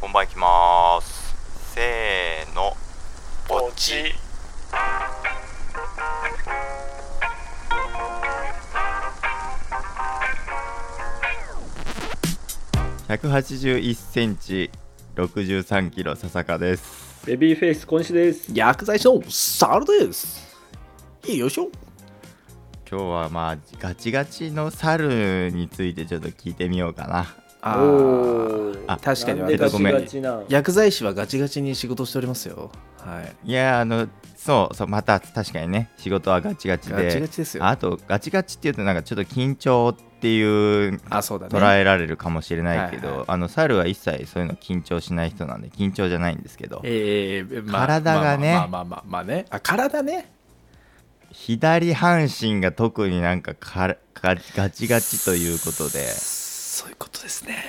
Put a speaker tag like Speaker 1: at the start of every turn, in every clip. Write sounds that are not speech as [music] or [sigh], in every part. Speaker 1: 本番いきますせーの
Speaker 2: ポチ
Speaker 1: 181センチ63キロ笹香です
Speaker 3: ベビーフェイス今週です。
Speaker 4: 薬剤師のサルです。よいしょ。
Speaker 1: 今日はまあガチガチの猿についてちょっと聞いてみようかな
Speaker 4: あ
Speaker 3: お
Speaker 4: あ、
Speaker 3: ー
Speaker 4: 確かに
Speaker 3: なん
Speaker 1: え
Speaker 3: で
Speaker 1: っと
Speaker 3: ガチ
Speaker 4: 私
Speaker 1: ごめん
Speaker 3: ガチな。
Speaker 4: 薬剤師はガチガチに仕事しておりますよ。はい。
Speaker 1: いやーあのそうそうまた確かにね仕事はガチガチで
Speaker 4: ガチガチですよ。
Speaker 1: あとガチガチっていうとなんかちょっと緊張っていう
Speaker 4: あ、そうだね。
Speaker 1: 捉
Speaker 4: え
Speaker 1: えられるかもしれないけど、
Speaker 4: はいはい
Speaker 1: あの猿は一切そういうの緊張しない人なんで緊張じゃないんですけど
Speaker 4: えーまあ
Speaker 1: 体がね
Speaker 4: まあまあまあまあまあね。あ、体ね。
Speaker 1: 左半身が特になんかかかガチガチということで
Speaker 4: そういうことですね。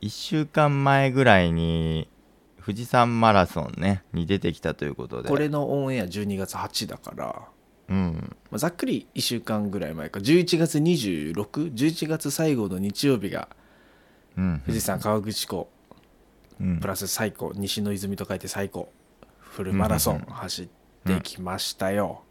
Speaker 1: 1週間前ぐらいに富士山マラソンねに出てきたということで
Speaker 4: これのオンエア12月8だから、ま
Speaker 1: うん
Speaker 4: あ、ざっくり1週間ぐらい前か。11月26、11月最後の日曜日が
Speaker 1: うん
Speaker 4: 富士山川口湖
Speaker 1: うん
Speaker 4: プラス最高西の泉と書いて最高フルマラソン走ってきましたよ、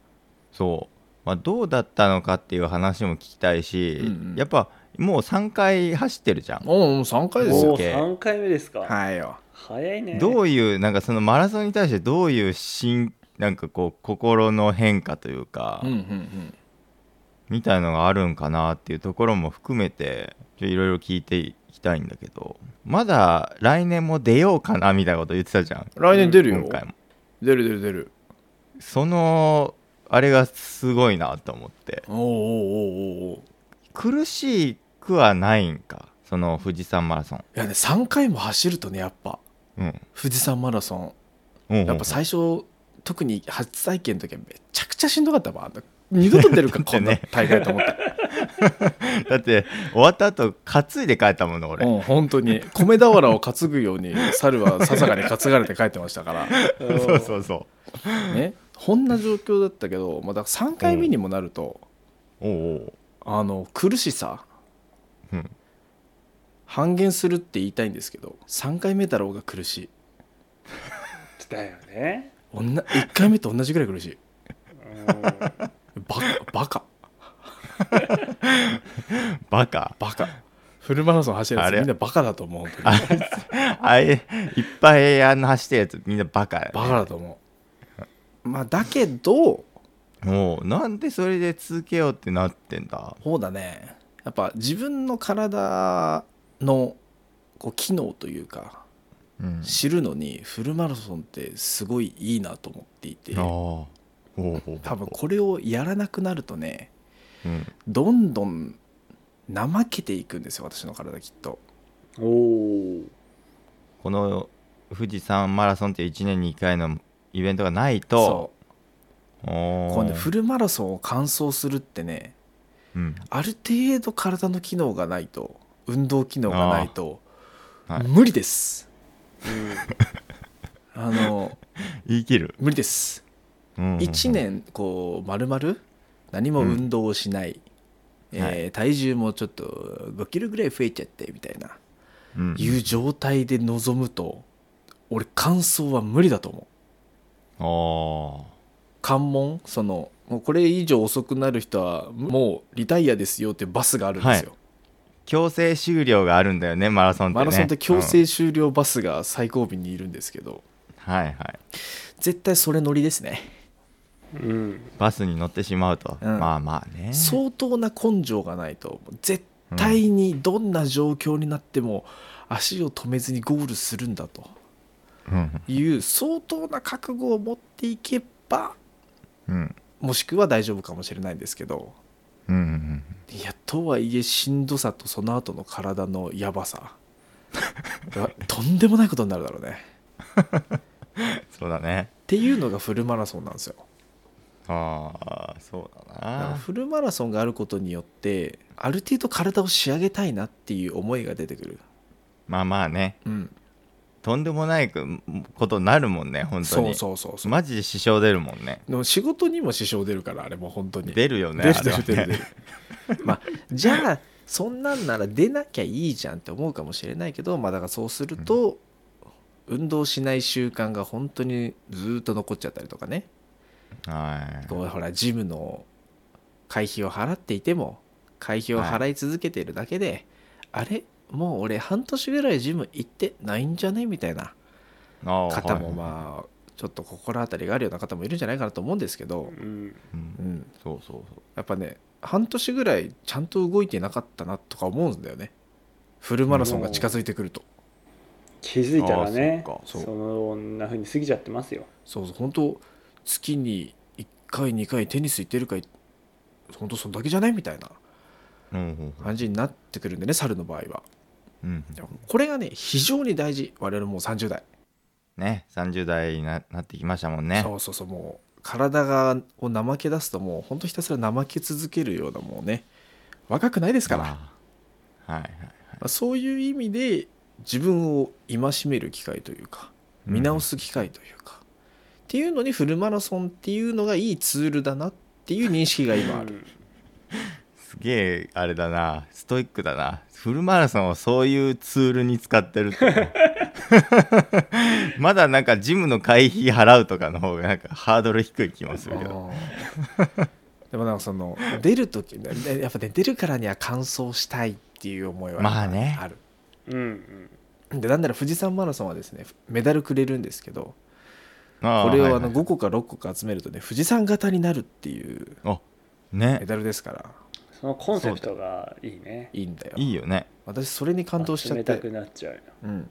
Speaker 1: そう、まあ、どうだったのかっていう話も聞きたいし、
Speaker 4: うんうん
Speaker 1: やっぱもう3回走ってるじゃん
Speaker 4: おうおう3回です
Speaker 1: お
Speaker 4: よ
Speaker 1: う
Speaker 3: もう3回目ですか。
Speaker 4: はいよ
Speaker 3: 早いね。
Speaker 1: どういうなんかそのマラソンに対してどういう心なんかこう心の変化というか、
Speaker 4: うんうんうん
Speaker 1: みたいのがあるんかなっていうところも含めてちょいろいろ聞いていきたいんだけどまだ来年も出ようかなみたいなこと言ってたじゃん
Speaker 4: 来年出るよ、
Speaker 1: 今回も
Speaker 4: 出る出る出る
Speaker 1: そのあれがすごいなと思って
Speaker 4: おうおうおうおうおうい
Speaker 1: 苦しくはないんかその富士山マラソン
Speaker 4: やね3回も走るとねやっぱ
Speaker 1: うん
Speaker 4: 富士山マラソン
Speaker 1: うん
Speaker 4: やっぱ最初特に初体験の時はめちゃくちゃしんどかったわあんた二度と [laughs] 出るか
Speaker 1: だって
Speaker 4: こん
Speaker 1: ね
Speaker 4: な大会と思って、
Speaker 1: だって終わった後担いで帰ったもの俺、
Speaker 4: うん本当に米俵を担ぐように猿はささかに担がれて帰ってましたから
Speaker 3: うん
Speaker 1: [laughs] そうそうそ
Speaker 4: ね、こんな状況だったけど、まあ、だから3回目にもなると、
Speaker 1: うおうおう
Speaker 4: あの苦しさ、
Speaker 1: うん
Speaker 4: 半減するって言いたいんですけど3回目だろうが苦しい
Speaker 3: だよね。
Speaker 4: おんな1回目と同じぐらい苦しい
Speaker 3: うん
Speaker 4: バカバカ
Speaker 1: バカ
Speaker 4: バカフルマラソン走るや
Speaker 1: あ
Speaker 4: つ
Speaker 1: れ
Speaker 4: みんなバカだと思う本当に
Speaker 1: あれいっぱいあの走ってるやつみんなバカだよ
Speaker 4: バカだと思うまあだけど
Speaker 1: もうなんでそれで続けようってなってんだ
Speaker 4: そうだねやっぱ自分の体のこう機能というか
Speaker 1: うん
Speaker 4: 知るのにフルマラソンってすごいいいなと思っていて
Speaker 1: ああおうおうおう
Speaker 4: 多分これをやらなくなるとね
Speaker 1: うん
Speaker 4: どんどん怠けていくんですよ私の体きっと
Speaker 3: おお。
Speaker 1: この富士山マラソンっていう1年に1回のイベントがないとそう
Speaker 4: うこうねフルマラソンを完走するってね
Speaker 1: うん
Speaker 4: ある程度体の機能がないと運動機能がないと、
Speaker 1: あーはい
Speaker 4: 無理です
Speaker 3: うん
Speaker 1: [laughs]
Speaker 4: あの
Speaker 1: 言い切る、
Speaker 4: 無理です
Speaker 1: うん
Speaker 4: 1年こう丸々何も運動をしない、えー
Speaker 1: は
Speaker 4: 体重もちょっと5キロぐらい増えちゃってみたいな、
Speaker 1: うん
Speaker 4: いう状態で臨むと俺完走は無理だと思
Speaker 1: あ
Speaker 4: う
Speaker 1: ー
Speaker 4: 関門そのもうこれ以上遅くなる人はもうリタイアですよっていうバスがあるんですよ、
Speaker 1: 強制終了があるんだよねマラソンって、ね、
Speaker 4: マラソンって強制終了バスが最後尾にいるんですけど、
Speaker 1: うんはいはい
Speaker 4: 絶対それ乗りですね
Speaker 3: うん。
Speaker 1: バスに乗ってしまうと、
Speaker 4: うん
Speaker 1: まあまあね
Speaker 4: 相当な根性がないと絶対にどんな状況になっても足を止めずにゴールするんだと
Speaker 1: うん
Speaker 4: いう相当な覚悟を持っていけば
Speaker 1: うん
Speaker 4: もしくは大丈夫かもしれないんですけど
Speaker 1: うんうん
Speaker 4: いやとはいえしんどさとその後の体のやばさ [laughs] がとんでもないことになるだろうね
Speaker 1: そうだね
Speaker 4: っていうのがフルマラソンなんですよ
Speaker 1: ああそうだ
Speaker 4: だから
Speaker 1: な
Speaker 4: フルマラソンがあることによってある程度体を仕上げたいなっていう思いが出てくる
Speaker 1: まあまあね
Speaker 4: うん
Speaker 1: とんでもないくことになるもんね本当に
Speaker 4: そうそうそうそう
Speaker 1: マジで支障出るもんね
Speaker 4: でも仕事にも支障出るからあれもう本当に
Speaker 1: 出るよね
Speaker 4: 出る
Speaker 1: あ
Speaker 4: 出
Speaker 1: れはね
Speaker 4: る出る出るまあじゃあそんなんなら出なきゃいいじゃんって思うかもしれないけどまあだからそうすると、運動しない習慣が本当にずーっと残っちゃったりとかね
Speaker 1: はい
Speaker 4: こうほらジムの会費を払っていても会費を払い続けているだけで、あれもう俺半年ぐらいジム行ってないんじゃねみたいな
Speaker 1: ああ
Speaker 4: 方も
Speaker 1: はい
Speaker 4: まあちょっと心当たりがあるような方もいるんじゃないかなと思うんですけど、
Speaker 3: うん
Speaker 1: うん
Speaker 4: うん、
Speaker 1: そうそうそう
Speaker 4: やっぱね半年ぐらいちゃんと動いてなかったなとか思うんだよねフルマラソンが近づいてくると、
Speaker 3: 気づいたらね
Speaker 1: あーそ
Speaker 3: そ
Speaker 1: っか
Speaker 3: んなふうに過ぎちゃってますよ
Speaker 4: そうそう本当月に1回2回テニス行ってるか本当そんだけじゃないみたいな
Speaker 1: うんうん
Speaker 4: 感じになってくるんでね猿の場合は
Speaker 1: うん
Speaker 4: いやこれがね非常に大事我々もう30代、
Speaker 1: ね30代にななってきましたもんね
Speaker 4: そうそうそうもう体がを怠け出すともうほんとひたすら怠け続けるようなもうね若くないですから
Speaker 1: ああはいはい
Speaker 4: まあそういう意味で自分を戒める機会というか見直す機会というか、っていうのにフルマラソンっていうのがいいツールだなっていう認識が今ある、
Speaker 1: すげえあれだなストイックだなフルマラソンをそういうツールに使ってるってね [laughs] まだなんかジムの会費払うとかの方がなんかハードル低い気もするけど
Speaker 4: あーでもなんかその出る時ねやっぱね出るからには完走したいっていう思いは
Speaker 1: まあね
Speaker 4: ある
Speaker 3: うんうん
Speaker 4: でなんなら富士山マラソンはですねメダルくれるんですけど
Speaker 1: ああ
Speaker 4: これ
Speaker 1: はい
Speaker 4: を
Speaker 1: は
Speaker 4: あ
Speaker 1: い
Speaker 4: の5個か6個か集めるとね富士山型になるっていう
Speaker 1: あ
Speaker 4: メ
Speaker 1: ね
Speaker 4: ダルですから
Speaker 3: そのコンセプトがいいね
Speaker 4: いいんだよ
Speaker 1: いいよね
Speaker 4: 私それに感動しちゃっ
Speaker 3: 冷たく
Speaker 4: て、
Speaker 3: なっちゃうよ
Speaker 4: うん、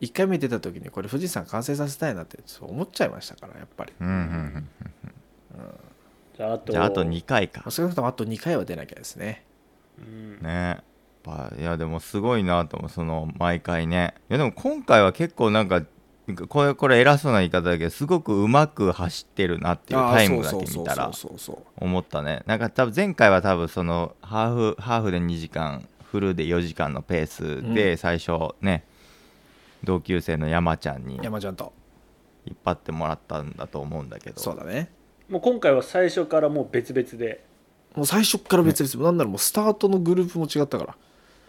Speaker 4: 1回目出た時にこれ富士山完成させたいなってそう思っちゃいましたからやっぱり
Speaker 1: うんうんうん
Speaker 3: じゃああと
Speaker 1: じゃああと2回か
Speaker 4: 少なくともあと2回は出なきゃですね
Speaker 3: うん
Speaker 1: ねやっぱいやでもすごいなと思うその毎回ねいやでも今回は結構なんかこれこれ偉そうな言い方だけどすごくうまく走ってるなっていう
Speaker 4: あー
Speaker 1: タイムだけ
Speaker 4: そうそう
Speaker 1: 見たら
Speaker 4: そうそうそう
Speaker 1: 思ったねなんか多分前回は多分そのハーフハーフで2時間フルで4時間のペース
Speaker 4: う
Speaker 1: で最初ね、同級生の山ちゃんに
Speaker 4: 山ちゃんと
Speaker 1: 引っ張ってもらったんだと思うんだけど
Speaker 4: そうだね
Speaker 3: もう今回は最初からもう別々で
Speaker 4: もう最初っから別々、なんならもうスタートのグループも違ったか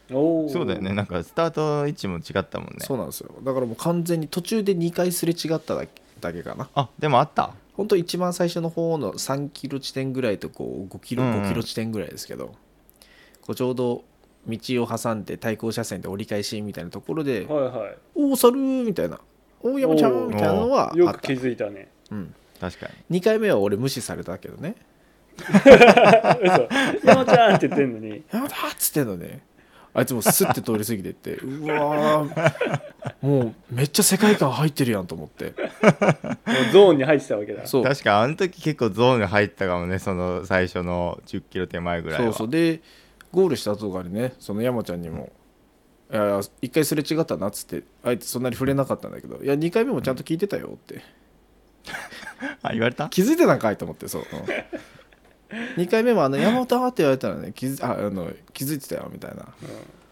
Speaker 4: ら
Speaker 3: おお
Speaker 1: そうだよねなんかスタート位置も違ったもんね
Speaker 4: そうなんですよだからもう完全に途中で2回すれ違っただけだけかな
Speaker 1: あでもあった
Speaker 4: 本当一番最初の方の3キロ地点ぐらいとこう5キロ
Speaker 1: うんうん
Speaker 4: 5キロ地点ぐらいですけど、こうちょうど道を挟んで対向車線で折り返しみたいなところで
Speaker 3: はいはい
Speaker 4: 「おお猿!」みたいな「おお山ちゃ
Speaker 3: お
Speaker 4: ん!」
Speaker 3: う
Speaker 4: みたいなのは
Speaker 3: よ
Speaker 4: あっ
Speaker 3: く気
Speaker 4: た、
Speaker 3: づいたね
Speaker 4: うん、
Speaker 1: 確かに
Speaker 4: 2回目は俺無視されたけどね
Speaker 3: 嘘山ちゃんって言ってんのに
Speaker 4: 「やだ!」っつってんのねあいつもスッて通り過ぎてってうわーもうめっちゃ世界観入ってるやんと思って
Speaker 3: もうゾーンに入ってたわけだ
Speaker 4: そう
Speaker 1: 確かあの時結構ゾーンが入ったかもねその最初の1 0キロ手前ぐらいは
Speaker 4: そうそうでゴールした後とかにねその山ちゃんにも「いやいや一回すれ違ったな」っつってあえてそんなに触れなかったんだけど「いや2回目もちゃんと聞いてたよ」って
Speaker 1: あ言われた
Speaker 4: 気づいてたんかいと思ってそう、2回目も「あの山本は?」って言われたらね気づああの気づいてたよみたいな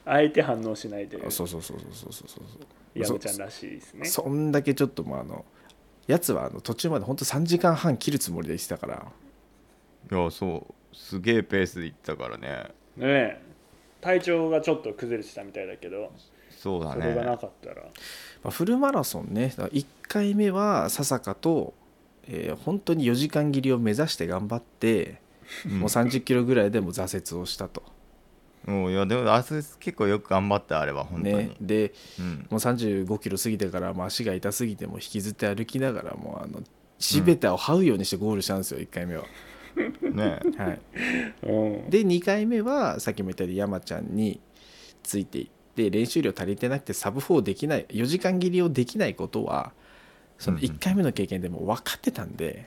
Speaker 3: 相手反応しないという
Speaker 4: そうそうそうそうそうそうそう
Speaker 3: 山ちゃんらしいですね
Speaker 4: そんだけちょっともうあのやつはあの途中までほんと3時間半切るつもりでしてたから
Speaker 1: いやそうすげえペースで行ってたからね
Speaker 3: ねえ体調がちょっと崩れてたみたいだけど
Speaker 1: そうだ
Speaker 3: それがな
Speaker 1: ね
Speaker 3: かったら
Speaker 4: まあフルマラソンね1回目は笹香と、えー本当に4時間切りを目指して頑張って、
Speaker 1: うん
Speaker 4: もう3 0キロぐらいでもう挫折をしたと、
Speaker 1: もういやでも明日結構よく頑張ったあれは本当に、
Speaker 4: ね、で
Speaker 1: うん、
Speaker 4: もう3 5キロ過ぎてからもう足が痛すぎてもう引きずって歩きながらもうあの地べたを這うようにしてゴールしたんですよ、1回目は、
Speaker 1: ね
Speaker 4: はい、
Speaker 3: うん
Speaker 4: で2回目はさっきも言ったように山ちゃんについていって練習量足りてなくてサブ4できない4時間切りをできないことはその
Speaker 1: うんうん
Speaker 4: 1回目の経験でもう分かってたん
Speaker 1: う
Speaker 4: で、
Speaker 1: ん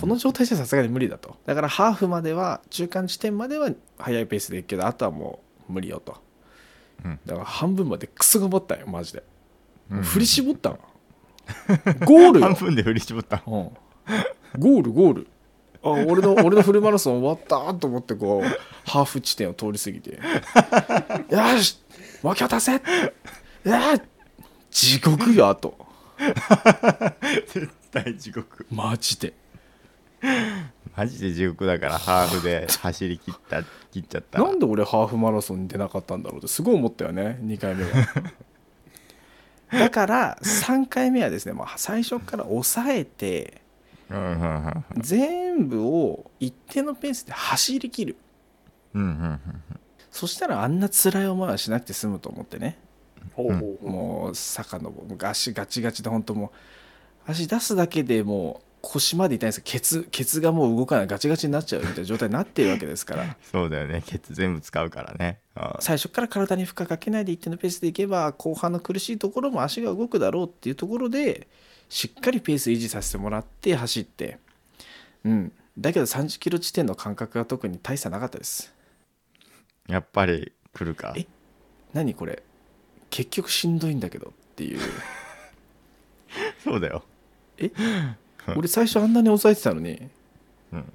Speaker 4: この状態じゃさすがに無理だとだからハーフまでは中間地点までは速いペースでいくけどあとはもう無理よと、
Speaker 1: うん
Speaker 4: だから半分までクソ頑張ったよマジで、
Speaker 1: うん
Speaker 4: 振り絞ったのゴール
Speaker 1: 半
Speaker 4: よ、
Speaker 1: 分で振り絞った
Speaker 4: うん、ゴールゴールあ俺の俺のフルマラソン終わったと思ってこうハーフ地点を通り過ぎて [laughs] よし負け渡せえー地獄よあと
Speaker 1: [laughs] 絶対地獄
Speaker 4: マジで
Speaker 1: マジで地獄だからハーフで走り切った切っちゃったら
Speaker 4: なんで俺ハーフマラソンに出なかったんだろうってすごい思ったよね2回目は [laughs] だから3回目はですね、まあ、最初から抑えて
Speaker 1: うんうんうん
Speaker 4: 全部を一定のペースで走り切る
Speaker 1: うんうん
Speaker 4: そしたらあんな辛い思いはしなくて済むと思ってね
Speaker 3: ほうほうほ
Speaker 4: もう坂のもうガシガチガチで本当もう足出すだけでもう腰まで痛いんですけどケツケツがもう動かないガチガチになっちゃうみたいな状態になってるわけですから
Speaker 1: そうだよねケツ全部使うからねあ
Speaker 4: 最初から体に負荷かけないで一定のペースでいけば後半の苦しいところも足が動くだろうっていうところでしっかりペース維持させてもらって走ってうんだけど3 0キロ地点の感覚が特に大差なかったです
Speaker 1: やっぱり来るか
Speaker 4: え何これ結局しんどいんだけどっていう
Speaker 1: そうだよ [laughs]
Speaker 4: 俺最初あんなに抑えてたのに
Speaker 1: うん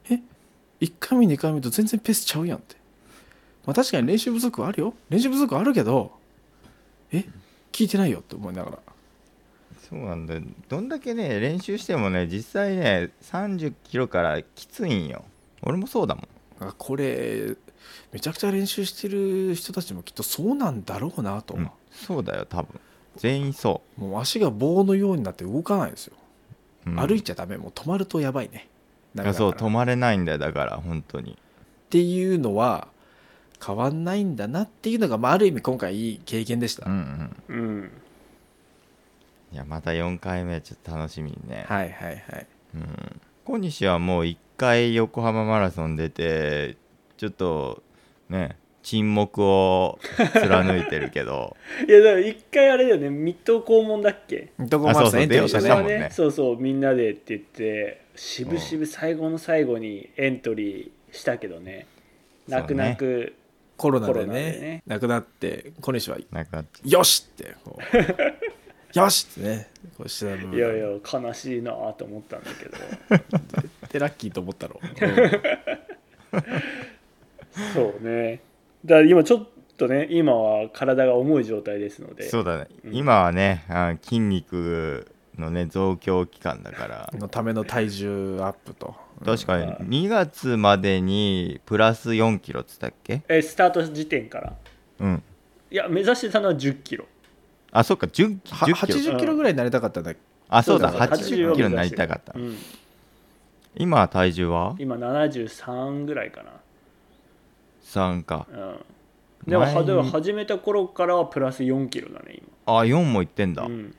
Speaker 4: 1回目2回目と全然ペースちゃうやんって、まあ、確かに練習不足はあるよ練習不足はあるけどえ聞いてないよって思いながら
Speaker 1: そうなんだよどんだけね練習してもね実際ね30キロからきついんよ俺もそうだもん
Speaker 4: あこれめちゃくちゃ練習してる人たちもきっとそうなんだろうなと思、
Speaker 1: そうだよ多分全員そう
Speaker 4: もう足が棒のようになって動かないですよ、
Speaker 1: う、うん
Speaker 4: 歩いちゃダメもう止まるとやばいね
Speaker 1: い
Speaker 4: ダメ
Speaker 1: や
Speaker 4: だか
Speaker 1: そう
Speaker 4: ら
Speaker 1: 止
Speaker 4: っ
Speaker 1: まれないんだよだから本当に
Speaker 4: ていうのは変わんないんだなっていうのが、まあ、ある意味今回いい経験でした、
Speaker 1: うんうん
Speaker 3: ううん
Speaker 1: いやまた4回目ちょっと楽しみにね、
Speaker 4: はいはいはい
Speaker 1: うん、小西はもう1回横浜マラソン出てちょっとね沈黙を貫いてるけど [laughs]
Speaker 3: いやだから一回あれだよね水戸黄門だっけ
Speaker 4: どこま
Speaker 1: そうそう
Speaker 4: でエントリーし
Speaker 1: そ
Speaker 4: た
Speaker 1: う
Speaker 4: ね
Speaker 1: 出ようとしたもんね
Speaker 3: そうそうみんなでって言ってしぶしぶ最後の最後にエントリーしたけどね
Speaker 1: そうね
Speaker 3: 泣く泣く
Speaker 4: コロナで
Speaker 3: コロナで
Speaker 4: ね
Speaker 3: ね
Speaker 4: 亡くなって小西は
Speaker 1: なんか
Speaker 4: 「よし!」ってこ
Speaker 3: [laughs]
Speaker 4: うよし!」ってねこうしてた部分
Speaker 3: いやいや悲しいなと思ったんだけど
Speaker 4: でラッキーと思ったろ
Speaker 3: そうねだから今ちょっとね今は体が重い状態ですので
Speaker 1: そうだね、
Speaker 3: うん
Speaker 1: 今はねあ筋肉のね増強期間だから
Speaker 4: のための体重アップと
Speaker 1: 確か
Speaker 3: うん
Speaker 1: に2月までにプラス4キロっつったっけ
Speaker 3: えスタート時点から
Speaker 1: うん
Speaker 3: いや目指してたのは1 0キロ
Speaker 1: あそっか10 10
Speaker 4: は
Speaker 1: キロ
Speaker 4: 80キロぐらいになりたかったんだ
Speaker 1: あそうだ
Speaker 3: そうだ
Speaker 1: 80キロになりたかった、
Speaker 3: うん、
Speaker 1: 今は体重は
Speaker 3: 今73ぐらいか
Speaker 1: 3か
Speaker 3: なうんでも
Speaker 1: 前に
Speaker 3: でも始めた頃からはプラス4キロだね
Speaker 1: あ4もいってんだ、
Speaker 3: 今うん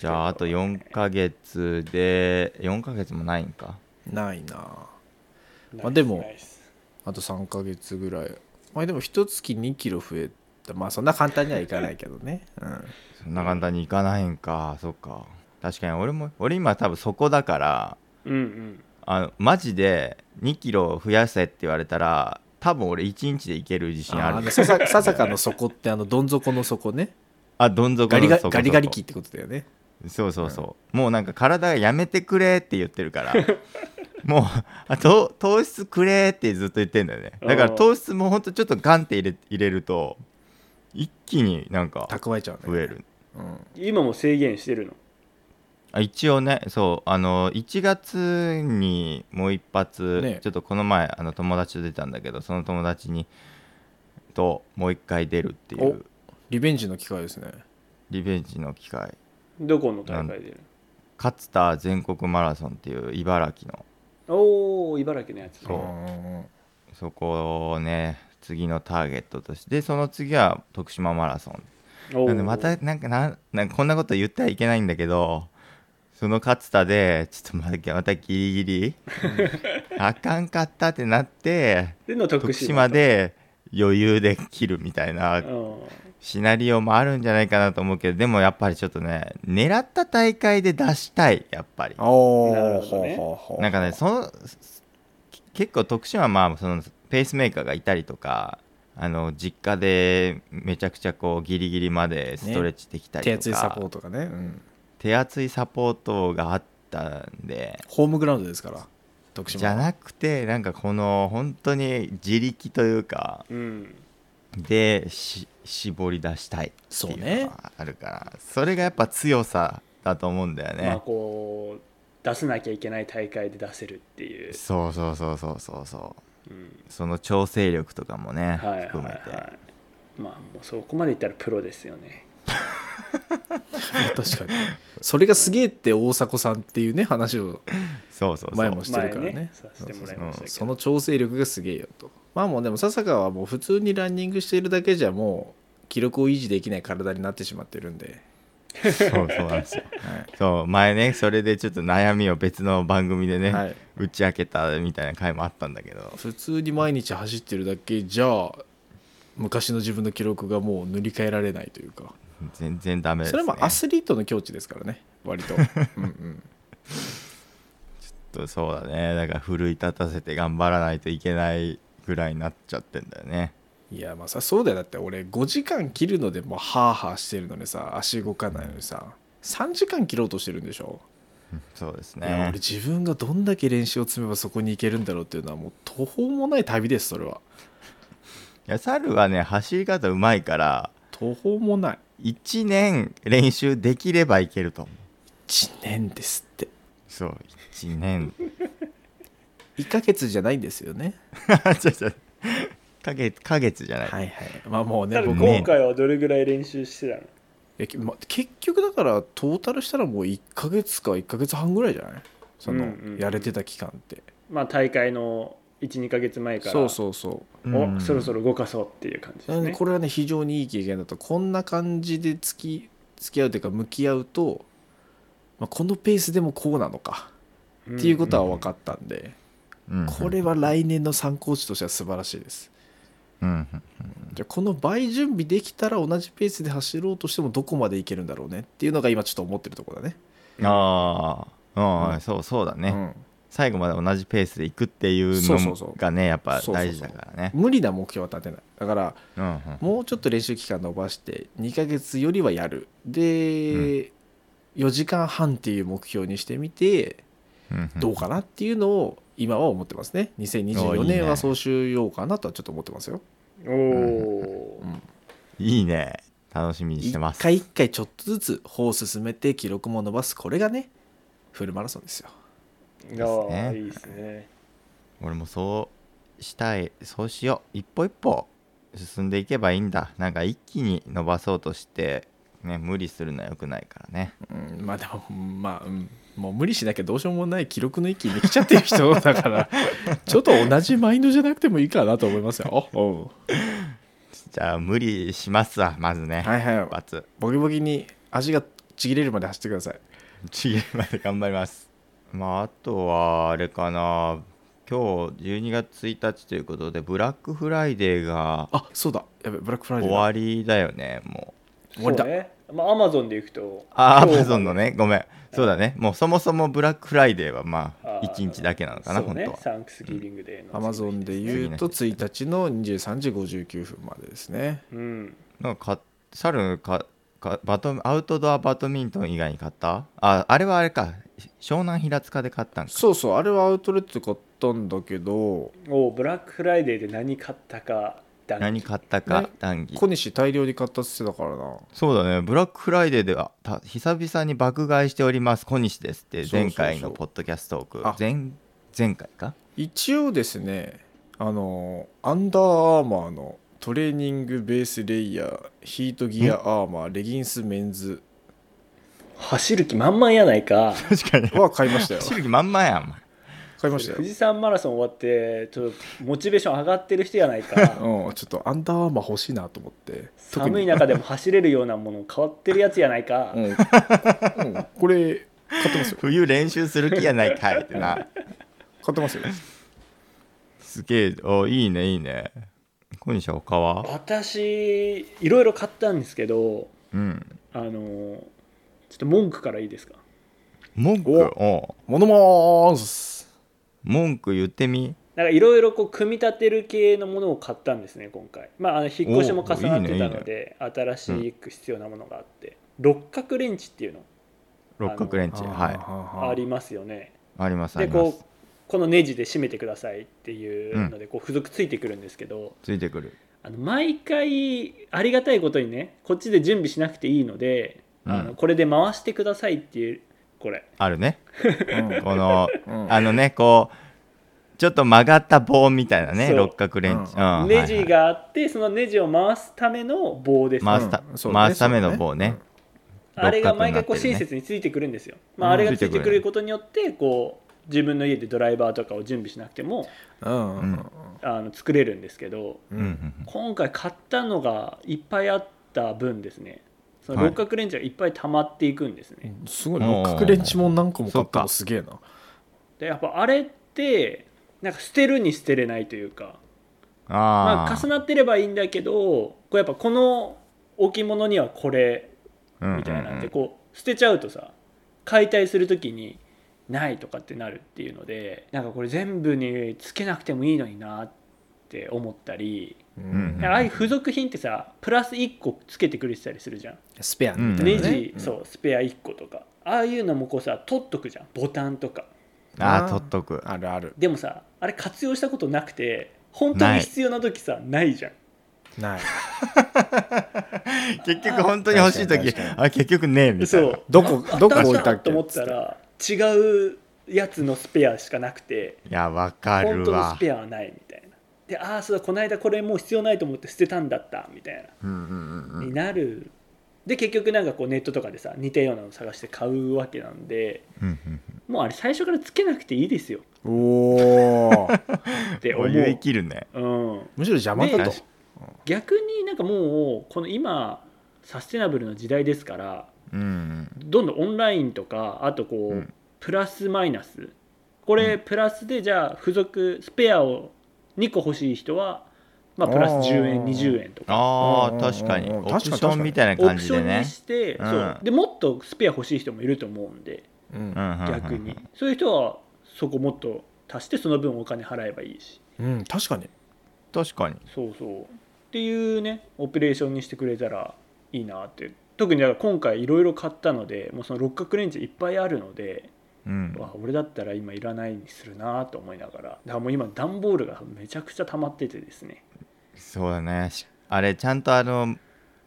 Speaker 1: じゃああと4ヶ月で4ヶ月もないんか
Speaker 4: ないな
Speaker 3: ナイス
Speaker 4: まあでも
Speaker 3: ナイス
Speaker 4: あと3ヶ月ぐらいまあでも一月2キロ増えたまあそんな簡単にはいかないけどね、うん、
Speaker 1: そんな簡単にいかないんかそっか確かに俺も俺今多分そこだから
Speaker 3: うんうん
Speaker 1: あのマジで2キロ増やせって言われたら多分俺1日でいける自信
Speaker 4: あ
Speaker 1: あ
Speaker 4: の
Speaker 1: る
Speaker 4: ささささかの底ってあのどん底の底ね
Speaker 1: あどん底
Speaker 4: ガ
Speaker 1: の
Speaker 4: リガ
Speaker 1: そこそこ
Speaker 4: ガリガリ期ってことだよね
Speaker 1: そうそうそう、もうなんか体がやめてくれって言ってるから
Speaker 4: [laughs]
Speaker 1: もうあと糖質くれってずっと言ってんだよねだから
Speaker 3: うん
Speaker 1: 糖質もほんとちょっとガンって入れ入れると一気になんか
Speaker 4: 蓄えちゃうね
Speaker 1: 増える
Speaker 4: うん、
Speaker 3: 今も制限してるの
Speaker 1: あ一応ねそうあの1月にもう一発、
Speaker 4: ね
Speaker 1: ちょっとこの前あの友達と出たんだけどその友達にともう一回出るってい
Speaker 4: お
Speaker 1: う
Speaker 4: リベンジの機会ですね
Speaker 1: リベンジの機会
Speaker 3: どこの大会で
Speaker 1: 勝田全国マラソンっていう茨城の
Speaker 3: おお茨城のやつ
Speaker 1: そう
Speaker 4: うん
Speaker 1: そこをね次のターゲットとしてでその次は徳島マラソン
Speaker 3: おー
Speaker 1: なんでまたなんかなんなんかこんなこと言ってはいけないんだけどその勝田でちょっとまたまたギリギ
Speaker 4: [laughs]
Speaker 1: リあかんかったってなって
Speaker 3: での
Speaker 1: 徳
Speaker 3: 徳島
Speaker 1: 島
Speaker 3: と
Speaker 1: で余裕で切るみたいな
Speaker 3: うん
Speaker 1: シナリオもあるんじゃないかなと思うけどでもやっぱりちょっとね狙った大会で出したいやっぱり
Speaker 4: お
Speaker 3: なる
Speaker 4: ー
Speaker 3: ほどね
Speaker 4: ほうほうほう
Speaker 1: なんかねそのけ結構徳島はまあそのペースメーカーがいたりとかあの実家でめちゃくちゃこうギリギリまでストレッチできたりとか、
Speaker 4: 手厚いサポートがね、うん、
Speaker 1: 手厚いサポートがあったんで
Speaker 4: ホームグラウンドですから徳島
Speaker 1: じゃなくてなんかこの本当に自力というか
Speaker 3: うん
Speaker 1: でし絞り出したいって
Speaker 4: そう
Speaker 1: いうの
Speaker 4: ね
Speaker 1: があるからそれがやっぱ強さだと思うんだよね、
Speaker 3: まあこう出さなきゃいけない大会で出せるっていう、
Speaker 1: そうそうそうそうそうそう
Speaker 3: うん
Speaker 1: その調整力とかもね、
Speaker 3: はいはい
Speaker 1: 含めて
Speaker 3: はいまあもうそこまでいったらプロですよね
Speaker 4: [laughs] 確かにそれがすげえって大迫さんっていうね話を
Speaker 1: そうそうそう
Speaker 4: 前もしてるからね
Speaker 3: 前ねさせてもらいましたけど
Speaker 4: その調整力がすげえよとまあもうでも笹川はもう普通にランニングしているだけじゃもう記録を維持できない体になってしまってるんで、
Speaker 1: そうそうなんですよ
Speaker 4: はい
Speaker 1: そう前ねそれでちょっと悩みを別の番組でね、
Speaker 4: はい
Speaker 1: 打ち明けたみたいな回もあったんだけど
Speaker 4: 普通に毎日走ってるだけじゃ昔の自分の記録がもう塗り替えられないというか
Speaker 1: 全然ダメです、
Speaker 4: そ
Speaker 1: ね、
Speaker 4: れもアスリートの境地ですからね割
Speaker 1: [laughs]
Speaker 4: とうんうん
Speaker 1: とそうだねだから奮い立たせて頑張らないといけないぐらいになっちゃってんだよね
Speaker 4: いやまあさそうだよだって俺5時間切るのでもうハーハーしてるのにさ足動かないのにさ3時間切ろうとしてるんでしょ、
Speaker 1: そうです
Speaker 4: いや
Speaker 1: ね
Speaker 4: 俺自分がどんだけ練習を積めばそこに行けるんだろうっていうのはもう途方もない旅ですそれはい
Speaker 1: や猿はね走り方うまいから
Speaker 4: 途方もない
Speaker 1: 1年練習できればいけると思う
Speaker 4: 1年ですって
Speaker 1: そう1年 [laughs]
Speaker 4: 1ヶ月じゃないんですよね
Speaker 1: ちょちょかげか月じゃない、
Speaker 4: はいはいまあもうね
Speaker 3: ただ
Speaker 4: 僕
Speaker 1: ね
Speaker 3: 今回はどれぐらい練習してたの
Speaker 4: えきま結局だからトータルしたらもう1ヶ月か1ヶ月半ぐらいじゃないその、
Speaker 3: うんうんうん
Speaker 4: やれてた期間って
Speaker 3: まあ大会の12か月前から
Speaker 4: そうそうそう
Speaker 1: うん
Speaker 3: おそろそろ動かそうっていう感じで
Speaker 4: な
Speaker 3: す
Speaker 4: ので
Speaker 3: ね
Speaker 4: これはね非常にいい経験だとこんな感じで付き付き合うというか向き合うと、まあ、このペースでもこうなのか
Speaker 3: うん
Speaker 4: っていうことは分かったんで、
Speaker 1: うん
Speaker 4: これは来年の参考値としては素晴らしいです
Speaker 1: うん
Speaker 4: じゃあこの倍準備できたら同じペースで走ろうとしてもどこまでいけるんだろうねっていうのが今ちょっと思ってるところだね
Speaker 1: ああ、う
Speaker 4: うん
Speaker 1: ん、そうそうだね、
Speaker 4: うん
Speaker 1: 最後まで同じペースでいくっていう
Speaker 4: そうそうそ
Speaker 1: の
Speaker 4: う
Speaker 1: がねやっぱ
Speaker 4: そうそうそう
Speaker 1: 大事だからね
Speaker 4: 無理な目標は立てないだから
Speaker 1: うんうん
Speaker 4: もうちょっと練習期間伸ばして2ヶ月よりはやるで、4時間半っていう目標にしてみて
Speaker 1: うんうん
Speaker 4: どうかなっていうのを今は思ってますね
Speaker 1: おーい
Speaker 4: 2024
Speaker 1: いね
Speaker 4: 年はそうしようかなとはちょっと思ってますよ
Speaker 3: おおー、
Speaker 1: いいね楽しみにしてま
Speaker 4: 一
Speaker 1: す
Speaker 4: 回一回ちょっとずつ歩を進めて記録も伸ばすこれがねフルマラソンですよ
Speaker 3: いやー
Speaker 1: ね
Speaker 3: いいですね
Speaker 1: 俺もそうしたいそうしよう一歩一歩進んでいけばいいんだなんか一気に伸ばそうとして、ね、無理するのはよくないからね
Speaker 4: うんまあでもうんまあ、うん、もう無理しなきゃどうしようもない記録の域に来ちゃってる人だから
Speaker 1: [laughs]
Speaker 4: ちょっと同じマインドじゃなくてもいいかなと思いま
Speaker 1: [laughs]
Speaker 4: すようん
Speaker 1: じゃあ無理しますわまずね、
Speaker 4: はいはい
Speaker 1: 一発
Speaker 4: ボキボキに足がちぎれるまで走ってください
Speaker 1: ちぎるまで頑張りますまああとはあれかな今日12月1日ということでブラックフライデーが
Speaker 4: あそうだやべブラックフライデ
Speaker 1: 終
Speaker 4: ーだ
Speaker 1: わりだよねもう
Speaker 4: 終わり
Speaker 3: そう
Speaker 4: だ
Speaker 3: ねまあアマゾンで行くと
Speaker 1: あア
Speaker 3: 今日
Speaker 1: マゾンのねごめんそうだねもうそもそもブラックフライデーはまあ
Speaker 3: あー
Speaker 1: 1日だけなのかな
Speaker 3: そう
Speaker 1: 本
Speaker 3: ね
Speaker 1: 当は
Speaker 3: サンクスギビングデーの
Speaker 4: アマゾンで言うと1日の23時59分までですね
Speaker 3: うん
Speaker 1: なんかか猿かかバドアウトドアバドミントン以外に買ったああれはあれか湘南平塚で買ったんか
Speaker 4: そうそうあれはアウトレットで買ったんだけど
Speaker 3: おーブラックフライデーで何買ったかだ
Speaker 1: 何買ったか
Speaker 4: ね
Speaker 1: 談義
Speaker 4: 小西大量に買ったっつってたからな
Speaker 1: そうだねブラックフライデーではた久々に爆買いしております小西ですって
Speaker 4: そうそうそう
Speaker 1: 前回のポッドキャストトー
Speaker 4: あ
Speaker 1: ク前前回
Speaker 4: [laughs]
Speaker 1: か
Speaker 4: 一応ですねあのアンダーアーマーのトレーニングベースレイヤーヒートギアアーマーレギンスメンズ
Speaker 3: 走る気満々やないか
Speaker 1: 確かに
Speaker 4: は買いまし
Speaker 1: [laughs]
Speaker 4: たよ
Speaker 1: 走る気満々やんお前
Speaker 4: 買いましたよ
Speaker 3: 富士山マラソン終わってちょっとモチベーション上がってる人やないか
Speaker 4: うん、ちょっとアンダーアーマー欲しいなと思って [laughs] 特に
Speaker 3: 寒い中でも走れるようなもの変わってるやつやないか、
Speaker 4: うん、うんこれ買ってますよ
Speaker 1: 冬練習する気やないかいってな
Speaker 4: 買ってますよ
Speaker 1: すげえおいいねいいね小西は他は
Speaker 3: 私いろいろ買ったんですけど
Speaker 1: うん
Speaker 3: あのーちょっと文句からいいですか
Speaker 1: 文句
Speaker 4: お
Speaker 1: おう
Speaker 4: モノマーす
Speaker 1: 文句言ってみ
Speaker 3: なんかいろいろこう組み立てる系のものを買ったんですね今回まああの引っ越しも重なってたので新しく必要なものがあって、六角レンチっていうの
Speaker 1: 六角レンチはい
Speaker 3: あ
Speaker 4: は
Speaker 3: りますよね
Speaker 1: ありますあ
Speaker 3: で
Speaker 1: りま
Speaker 3: こ
Speaker 1: す
Speaker 3: うこのネジで締めてくださいっていうのでこう付属ついてくるんですけど、
Speaker 1: ついてくる
Speaker 3: あの毎回ありがたいことにねこっちで準備しなくていいので、
Speaker 1: うん
Speaker 3: あのこれで回してくださいっていうこれ
Speaker 1: あるね
Speaker 4: い
Speaker 1: こ
Speaker 3: [laughs]
Speaker 1: の
Speaker 4: うん
Speaker 1: あのねこうちょっと曲がった棒みたいなね
Speaker 3: そう
Speaker 1: 六角レンチ
Speaker 4: うん
Speaker 1: うん
Speaker 3: ネジがあってそのネジを回すための棒です、
Speaker 1: 回すた
Speaker 4: うんそうね
Speaker 1: 回すための棒ね
Speaker 3: あれが毎回こう
Speaker 1: 六角に
Speaker 3: 親
Speaker 1: なってるね
Speaker 3: 切についてくるんですよ、まあ、あれがついてくることによってこう自分の家でドライバーとかを準備しなくても
Speaker 4: うんうんうん
Speaker 3: あの作れるんですけど
Speaker 1: う
Speaker 4: うんん
Speaker 1: うんうん
Speaker 3: 今回買ったのがいっぱいあった分ですねその
Speaker 1: はい
Speaker 3: 六角レンチがいっぱい溜まっていくんですね、
Speaker 4: すごい六角レンチも何個も買ったのすげえな
Speaker 3: でやっぱあれってなんか捨てるに捨てれないというか
Speaker 1: あ
Speaker 3: まあ
Speaker 1: あ、
Speaker 3: 重なってればいいんだけどこうやっぱこの置物にはこれ
Speaker 1: うんうんうん
Speaker 3: みたいなんでこう捨てちゃうとさ解体する時にないとかってなるっていうのでなんかこれ全部につけなくてもいいのになって思ったり
Speaker 4: う
Speaker 1: うん
Speaker 3: ああいう付属品ってさプラス1個つけてくれてたりするじゃん
Speaker 4: スペアみたい
Speaker 3: ネ
Speaker 4: な、ね
Speaker 3: ジそうスペア1個とかああいうのもこうさ取っとくじゃんボタンとか
Speaker 1: ああ取っとく
Speaker 4: あるある
Speaker 3: でもさあれ活用したことなくて本当に必要な時さないじゃん
Speaker 4: ない
Speaker 1: 結局本当に欲しい時
Speaker 4: 確かに確
Speaker 1: あ結局ねえみたい
Speaker 3: そ
Speaker 1: な
Speaker 3: う [laughs]
Speaker 4: どこどこ置いたっけ
Speaker 3: と思ったら違うやつのスペアしかなくて
Speaker 1: いやわか
Speaker 3: 本
Speaker 1: る
Speaker 3: 当の
Speaker 1: わ
Speaker 3: スペアはないみたいなでああそうだこの間これもう必要ないと思って捨てたんだったみたい
Speaker 1: うんうんうん
Speaker 3: な、
Speaker 1: うん
Speaker 3: になるで結局なんかこうネットとかでさ似たようなの探して買うわけなんで
Speaker 1: うんうん
Speaker 3: もうあれ最初からつけなくていいですよ
Speaker 4: おお
Speaker 3: って思
Speaker 1: お
Speaker 3: う、
Speaker 1: 湯生きるね
Speaker 3: うん、
Speaker 4: むしろ邪魔だと
Speaker 3: ね逆になんかもうこの今サステナブルの時代ですから
Speaker 1: うん
Speaker 3: どんどんオンラインとかあとこう、
Speaker 1: うん
Speaker 3: プラスマイナスこれ、プラスでじゃあ付属スペアを2個欲しい人は、まあ、プラス10円
Speaker 4: あー
Speaker 3: 20円とか
Speaker 1: あ
Speaker 4: うん
Speaker 1: あ
Speaker 4: うんうんうん
Speaker 1: 確かにオ
Speaker 4: 確かに
Speaker 1: プションみたいな
Speaker 3: オ
Speaker 1: 感
Speaker 3: プ
Speaker 1: じ
Speaker 3: ショ
Speaker 1: で
Speaker 3: ン
Speaker 1: ね
Speaker 3: にして、
Speaker 1: うん
Speaker 3: そうでもっとスペア欲しい人もいると思うんで
Speaker 4: うん
Speaker 1: うんうんうん
Speaker 3: 逆に、そういう人はそこもっと足してその分お金払えばいいし
Speaker 4: うん、確かに
Speaker 1: 確かに
Speaker 3: そうそうっていうねオペレーションにしてくれたらいいなって特にだから今回いろいろ買ったのでもうその六角レンチいっぱいあるので
Speaker 1: うん
Speaker 3: わ俺だったら今いらないにするなと思いながらだからもう今段ボールがめちゃくちゃ溜まっててですね
Speaker 1: そうだねしあれちゃんとあの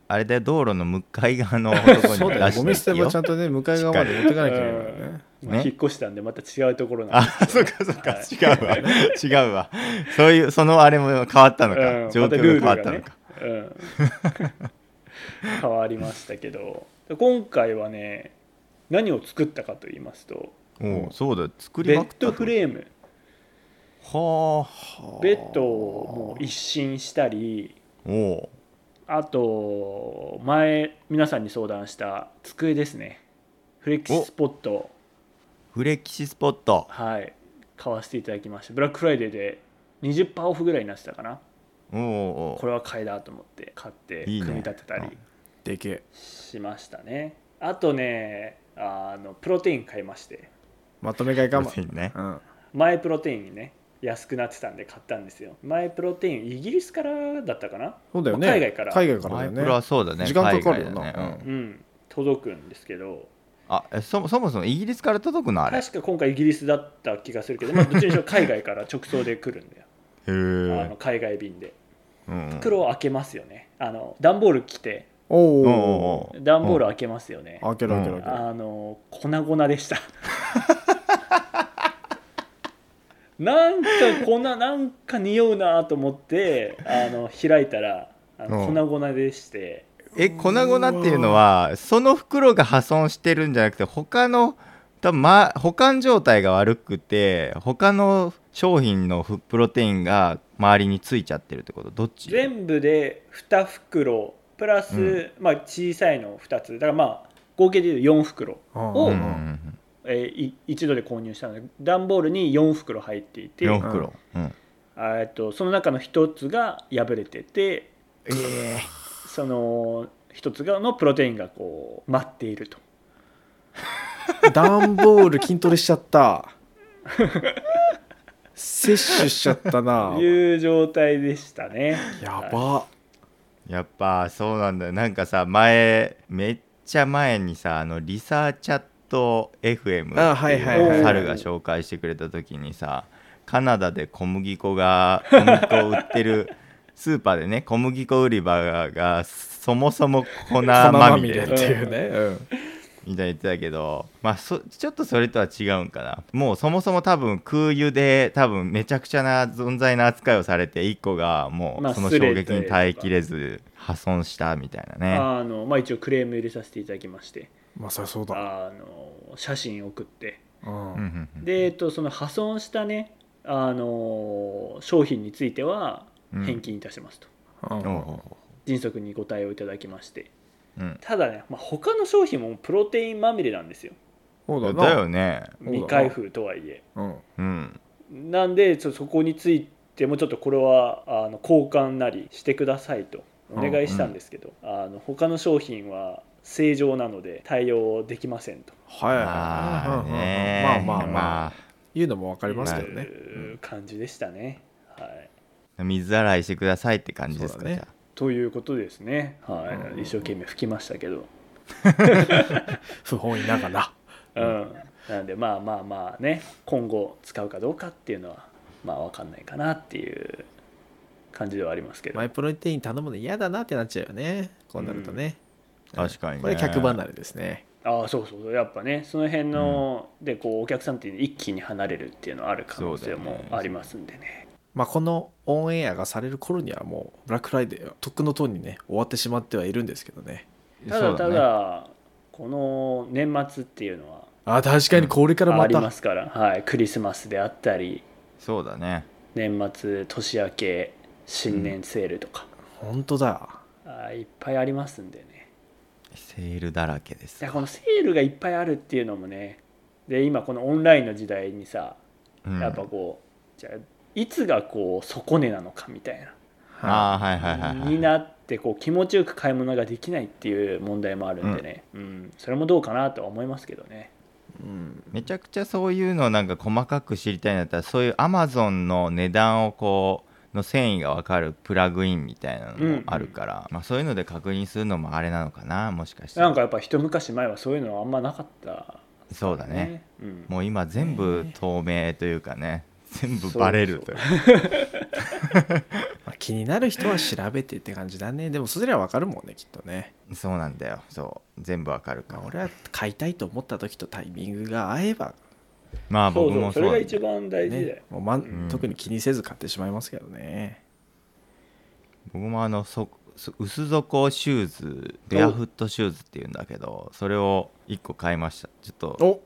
Speaker 1: あれで道路の向かい
Speaker 4: [laughs]
Speaker 1: 側のとこ
Speaker 4: そう
Speaker 1: に
Speaker 4: だ
Speaker 1: 出
Speaker 4: よゴミ捨
Speaker 1: してて
Speaker 4: 場
Speaker 1: よ
Speaker 4: ちゃんとね向かい側まで持っていかなきゃいけないからね
Speaker 3: まあ
Speaker 1: ね
Speaker 3: 引っ越したんでまた違うところなん
Speaker 1: あ
Speaker 3: で
Speaker 1: そっかそっか違うわ違うわそういうそのあれも変わったの
Speaker 3: うん
Speaker 1: か状
Speaker 3: また
Speaker 1: 況
Speaker 3: ルール
Speaker 1: が
Speaker 3: が
Speaker 1: 変わったの
Speaker 3: ね
Speaker 1: か、
Speaker 3: うん、 [laughs] 変わりましたけど今回はね何を作ったかと言いますと
Speaker 1: おうそうだ作り
Speaker 3: ベ
Speaker 1: ま
Speaker 3: ッ
Speaker 1: くった
Speaker 3: ドフレーム
Speaker 1: はあ
Speaker 3: ベッドをもう一新したり
Speaker 1: おう
Speaker 3: あと前皆さんに相談した机ですねフレキシスポット
Speaker 1: フレキシスポット
Speaker 3: はい買わせていただきましたブラックフライデーで20%オフぐらいになってたかな
Speaker 1: おうお
Speaker 3: これは買いだと思って買って
Speaker 1: いい
Speaker 3: 組
Speaker 1: ね
Speaker 3: み立てたり
Speaker 4: でけえ
Speaker 3: しましたねあとねあのプロテイン買いまして
Speaker 4: まとめ買いかも、
Speaker 1: うね
Speaker 4: うん、
Speaker 3: 前プロテインにね安くなってたんで買ったんですよ前プロテインイギリスからだったかな
Speaker 4: そうだよね
Speaker 3: 海外から
Speaker 4: 海外からだ
Speaker 1: マイ
Speaker 4: よ
Speaker 1: プロは
Speaker 4: ね
Speaker 1: そうだね
Speaker 4: 時間かかるよ
Speaker 1: 海外
Speaker 4: な、
Speaker 1: だねうん
Speaker 3: うん届くんですけど
Speaker 1: あえそもそもそもイギリスから届くのあれへ
Speaker 3: 確か今回イギリスだった気がするけど、まあ、どっちにしろ海外から直送で来るんだ
Speaker 1: [laughs]
Speaker 3: よあ
Speaker 1: え
Speaker 3: の海外便で
Speaker 1: うんうん
Speaker 3: 袋を開けますよねあの段ボール来て
Speaker 4: お
Speaker 1: おう
Speaker 4: お
Speaker 1: おう
Speaker 3: 段ボール開けますよね
Speaker 4: 開ける開ける開ける、
Speaker 3: あの粉々でした [laughs] なんか粉なんか匂うなと思ってあの開いたらあの
Speaker 1: うん
Speaker 3: 粉々でして、
Speaker 1: え粉々っていうのはその袋が破損してるんじゃなくて他の多分、ま、保管状態が悪くて他の商品のふプロテインが周りについちゃってるってことどっち
Speaker 3: 全部で2袋プラス、
Speaker 1: うん
Speaker 3: まあ、小さいの2つだからまあ合計で言う4袋、
Speaker 4: う
Speaker 1: うんん
Speaker 3: を
Speaker 1: うんうん
Speaker 3: えーい一度で購入したので段ボールに4袋入っていて
Speaker 1: 4袋、うん
Speaker 3: あえっとその中の1つが破れててその1つがのプロテインがこう待っていると。
Speaker 4: ダンボール筋トレしちゃった
Speaker 3: [laughs]
Speaker 4: 摂取しちゃったな
Speaker 3: いう状態でしたね。
Speaker 4: やば
Speaker 1: やっぱそうなんだよなんかさ前めっちゃ前にさあのリサーチャット FM って
Speaker 4: あはいはい
Speaker 3: はいいう
Speaker 1: 猿が紹介してくれた時にさカナダで小麦粉が小麦粉を売ってるスーパーでね小麦粉売り場がそもそも粉ま
Speaker 4: 粉ま
Speaker 1: み
Speaker 4: みれ
Speaker 1: れ
Speaker 4: っていうね、
Speaker 1: みたいに言ってたけど、まあ、そちょっとそれとは違うんかなもうそもそも多分空輸で多分めちゃくちゃな存在な扱いをされて1個がも
Speaker 3: まあ
Speaker 1: うその
Speaker 3: ス
Speaker 1: 衝
Speaker 3: レ
Speaker 1: 撃に耐えきれず破損したみたいなね
Speaker 3: あのまあ、一応クレーム入れさせていただきまして
Speaker 4: まあそりゃそうだ
Speaker 3: あの写真送って
Speaker 4: うん、
Speaker 1: うんうんうん
Speaker 3: で、えっと、その破損したねあの商品については
Speaker 1: うん
Speaker 3: 返金いたしますと、
Speaker 4: うん
Speaker 3: 迅速にご対応いただきまして
Speaker 1: うん
Speaker 3: ただね、まあ、他の商品もプロテインまみれなんですよ
Speaker 4: そうだな
Speaker 1: だよね
Speaker 4: うだな
Speaker 3: 未開封とはいえ
Speaker 4: うん
Speaker 1: うん
Speaker 3: なんでちょそこについてもちょっとこれはあの交換なりしてくださいとお願いしたんですけど、あの他の商品は正常なので対応できませんと
Speaker 4: はいはい
Speaker 1: まあ
Speaker 4: はい
Speaker 1: ね
Speaker 4: うんうんうんまあまあまあ
Speaker 1: ま
Speaker 4: 言うのもわかりますけど
Speaker 3: い
Speaker 4: ね
Speaker 3: う感じでしたね、はい、
Speaker 1: あ水洗いしてくださいって感じです
Speaker 4: そう
Speaker 1: か
Speaker 4: だね
Speaker 1: じゃあ
Speaker 3: ということですね、はい
Speaker 4: うん
Speaker 3: 一生懸命吹きましたけど、
Speaker 4: 不本意ながら
Speaker 3: うん、なんでまあまあまあね今後使うかどうかっていうのはまあ分かんないかなっていう感じではありますけど、
Speaker 4: マイプロテイン頼むの嫌だなってなっちゃうよねこうなるとね、
Speaker 1: 確かにね
Speaker 4: これ客離れですね
Speaker 3: ああそうそうやっぱねその辺の、でこうお客さんって一気に離れるっていうのはある可能性
Speaker 1: そうだ
Speaker 3: も
Speaker 1: よね
Speaker 3: ありますんでね
Speaker 4: まあこのオンエアがされる頃にはもうブラックフライデーはとっくのとうにね終わってしまってはいるんですけどね
Speaker 3: た
Speaker 1: そ
Speaker 3: だ
Speaker 1: う
Speaker 3: た
Speaker 1: ね
Speaker 3: だこの年末っていうのは
Speaker 4: あ確かにこれから
Speaker 3: あ
Speaker 4: ま
Speaker 3: り
Speaker 4: た、
Speaker 3: ますから、はい、クリスマスであったり
Speaker 1: そうだね
Speaker 3: 年末年明け新年セールとか、
Speaker 4: 本当だ
Speaker 3: あーいっぱいありますんでね
Speaker 1: セールだらけです
Speaker 3: いやこのセールがいっぱいあるっていうのもねで今このオンラインの時代にさ
Speaker 1: うん
Speaker 3: やっぱこう、じゃあいつがこう底値なのかみたいな
Speaker 1: ああはいはいはいはい
Speaker 3: になってこう気持ちよく買い物ができないっていう問題もあるんでね、うんそれもどうかなとは思いますけどね
Speaker 4: うん
Speaker 1: めちゃくちゃそういうのをなんか細かく知りたいんだったらそういうアマゾンの値段をこうの繊維が分かるプラグインみたいなのもあるから、まあ、そういうので確認するのもあれなのかなもしかしたら
Speaker 3: なんかやっぱ一昔前はそういうのはあんまなかった
Speaker 1: そうだね、
Speaker 3: うん、
Speaker 1: もう今全部透明というかね全部バレるという
Speaker 4: まあ気になる人は調べてって感じだねでもそれらわかるもんねきっとね、
Speaker 1: そうなんだよそう全部分かるか
Speaker 4: まあ、
Speaker 1: ら
Speaker 4: 俺は買いたいと思った時とタイミングが合えば、
Speaker 1: まあ
Speaker 3: そう
Speaker 1: 僕
Speaker 3: そう
Speaker 1: も
Speaker 3: そ
Speaker 1: そ
Speaker 3: れが
Speaker 1: う
Speaker 3: 一番大事だよ
Speaker 4: ね、もうまん
Speaker 1: ん
Speaker 4: 特に気にせず買ってしまいますけどね
Speaker 1: 僕もあのそそ薄底シューズベアフットシューズっていうんだけどそれを1個買いましたちょっと
Speaker 4: お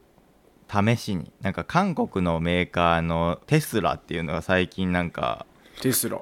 Speaker 1: 試しになんか韓国のメーカーのテスラっていうのが最近なんか
Speaker 4: テスラ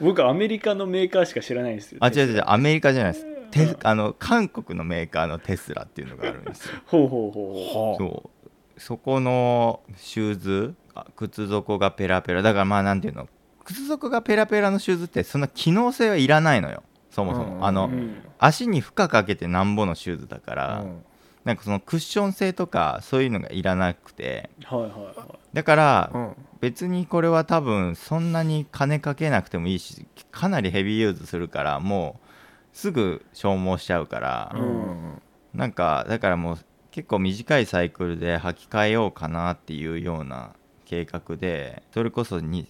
Speaker 3: 僕アメリカのメーカーしか知らないんですよ
Speaker 1: あ違う違うアメリカじゃないですテ
Speaker 3: うん
Speaker 1: あの韓国のメーカーのテスラっていうのがあるんですよ
Speaker 3: ほうほうほうほ
Speaker 4: は
Speaker 1: そうそこのシューズあ靴底がペラペラだからまあなんていうの靴底がペラペラのシューズってそんな機能性はいらないのよそもそも、
Speaker 4: うん
Speaker 1: あ
Speaker 3: う、
Speaker 1: の、
Speaker 3: うん
Speaker 1: 足に負荷かけてなんぼのシューズだから、
Speaker 4: あ、うん
Speaker 1: なんかそのクッション性とかそういうのがいらなくて
Speaker 3: はいはいは
Speaker 1: だから、
Speaker 4: うん
Speaker 1: 別にこれは多分そんなに金かけなくてもいいしかなりヘビーユーズするからもうすぐ消耗しちゃうから
Speaker 4: う、ん
Speaker 1: なんかだからもう結構短いサイクルで履き替えようかなっていうような計画でそれこそに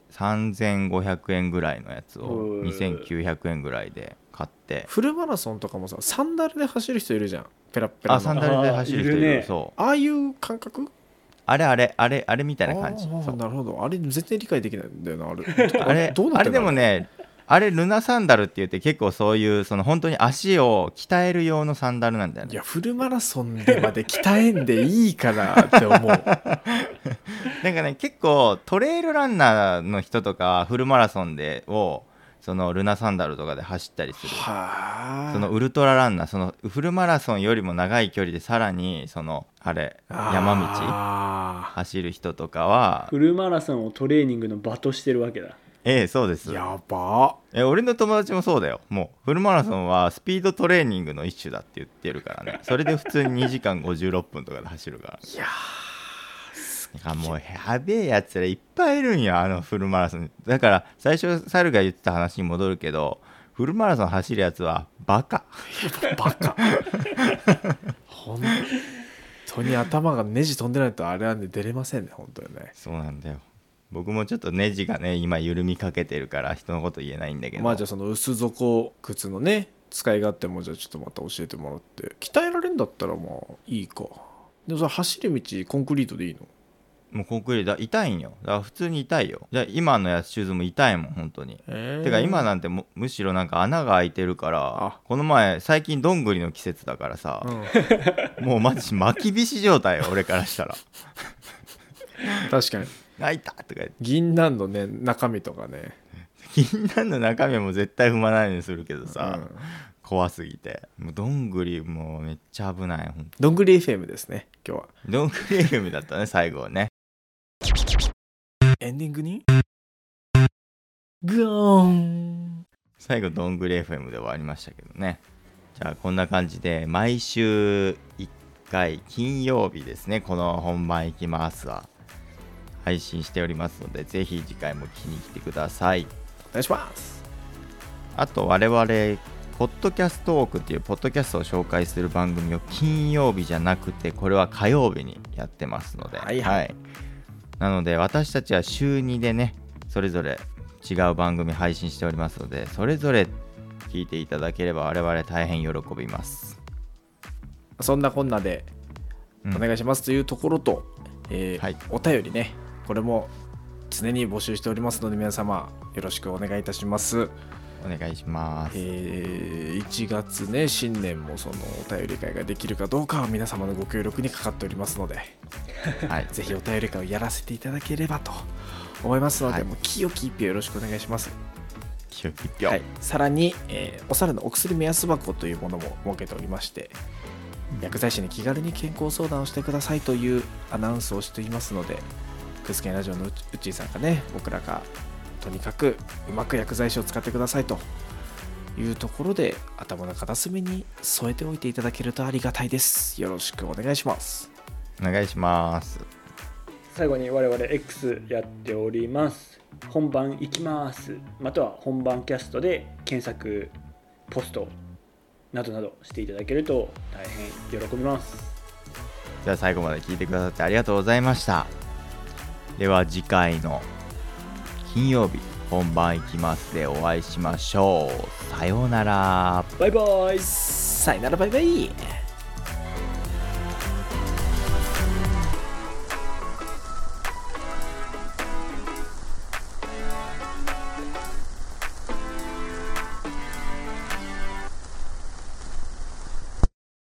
Speaker 1: 3500円ぐらいのやつ
Speaker 3: う
Speaker 1: を
Speaker 3: ん
Speaker 1: 2900円ぐらいで買って
Speaker 4: フルマラソンとかもさサンダルで走る人いるじゃんペラッペラの
Speaker 1: あサンダルで走る人いる
Speaker 3: あーいるね
Speaker 1: そう
Speaker 4: ああいう感覚み
Speaker 1: あれあれあれあれみたいな感じそう
Speaker 4: なるほどあれ全然理解できないんだよな
Speaker 1: [laughs]
Speaker 4: あれ
Speaker 1: あれ
Speaker 4: どうな
Speaker 1: あれ
Speaker 4: ってんだ
Speaker 1: で
Speaker 4: ろう
Speaker 1: もねあれルナサンダルって言って結構そういうその本当に足を鍛える用のサンダルなんだよ
Speaker 4: い
Speaker 1: ね
Speaker 4: やフルマラソンでまで鍛えんでいいからっ
Speaker 1: [laughs]
Speaker 4: て思う
Speaker 1: なんかね結構トレイルランナーの人とかフルマラソンでをそのルナサンダルとかで走ったりする
Speaker 4: はあ
Speaker 1: そのウルトラランナーそのフルマラソンよりも長い距離でさらにそのあれ山道
Speaker 4: あ
Speaker 1: 走る人とかはい
Speaker 3: フルマラソンをトレーニングの場としてるわけだ
Speaker 1: ええそうです
Speaker 4: ーやば
Speaker 1: え俺の友達もそうだよもうフルマラソンはスピードトレーニングの一種だって言ってるからねそれで普通に2時間56分とかで走るから
Speaker 4: いや
Speaker 1: あもうやべえやつらいっぱいいるんよあのフルマラソンだから最初猿が言ってた話に戻るけどフルマラソン走るやつはバカ
Speaker 4: ーバカ本当に頭がネジ飛んでないとあれなんで出れませんね本当にね
Speaker 1: そうなんだよ僕もちょっとネジがね今緩みかけてるから人のこと言えないんだけど
Speaker 4: まあじゃあその薄底靴のね使い勝手もじゃあちょっとまた教えてもらって鍛えられるんだったらまあいいかでもそれ走る道コンクリートでいいの
Speaker 1: もうコンクリートだ痛いんよだから普通に痛いよじゃあ今のやつシューズも痛いもん本当にてか今なんてもむしろなんか穴が開いてるから
Speaker 4: あ
Speaker 1: この前最近どんぐりの季節だからさ、
Speaker 4: うん
Speaker 1: もうマジ巻きびし状
Speaker 4: [laughs]
Speaker 1: 態よ俺からしたら
Speaker 4: 確かに
Speaker 1: 「あ痛っ!」とか言って
Speaker 4: 銀杏のね中身とかね
Speaker 1: 銀杏の中身も絶対踏まないようにするけどさ、
Speaker 4: うん
Speaker 1: 怖すぎてもうどんぐりもうめっちゃ危ないほんと
Speaker 4: どんぐり FM ですね今日は
Speaker 1: どんぐり FM だったね最後はね
Speaker 4: エンディングにグーン
Speaker 1: 最後どんぐり FM で終わりましたけどねじゃあこんな感じで毎週1回金曜日ですねこの「本番行きます」は配信しておりますのでぜひ次回も聞きに来てください
Speaker 4: お願いします
Speaker 1: あと我々ポッドキャストトークっていうポッドキャストを紹介する番組を金曜日じゃなくてこれは火曜日にやってますので、
Speaker 4: はいはい
Speaker 1: なので私たちは週2でねそれぞれ違う番組配信しておりますのでそれぞれ聞いていただければ我々大変喜びます
Speaker 4: そんなこんなで
Speaker 1: うん
Speaker 4: お願いしますというところと、えー
Speaker 1: はい
Speaker 4: お便りねこれも常に募集しておりますので皆様よろしくお願いいたします、
Speaker 1: お願いします、
Speaker 4: えー1月ね新年もそのお便り会ができるかどうかは皆様のご協力にかかっておりますので
Speaker 1: はい、[laughs]
Speaker 4: ぜひお便り会をやらせていただければと思いますので、
Speaker 1: はい
Speaker 4: もう清き一票よろしくお願いします
Speaker 1: 気をきっぴょ
Speaker 4: はい、さらに、えーお猿のお薬目安箱というものも設けておりまして薬剤師に気軽に健康相談をしてくださいというアナウンスをしていますのでクスケンラジオのうちうっちーさんがね僕らがとにかくうまく薬剤師を使ってくださいというところで頭の片隅に添えておいていただけるとありがたいですよろしくお願いします
Speaker 1: お願いします
Speaker 3: 最後に我々 X やっております本番行きますまたは本番キャストで検索ポストなどなどしていただけると大変喜びます
Speaker 1: じゃあ最後まで聞いてくださってありがとうございました。では次回の金曜日本番いきますでお会いしましょう。さようなら。
Speaker 3: バイバイ
Speaker 4: さよならバイバイ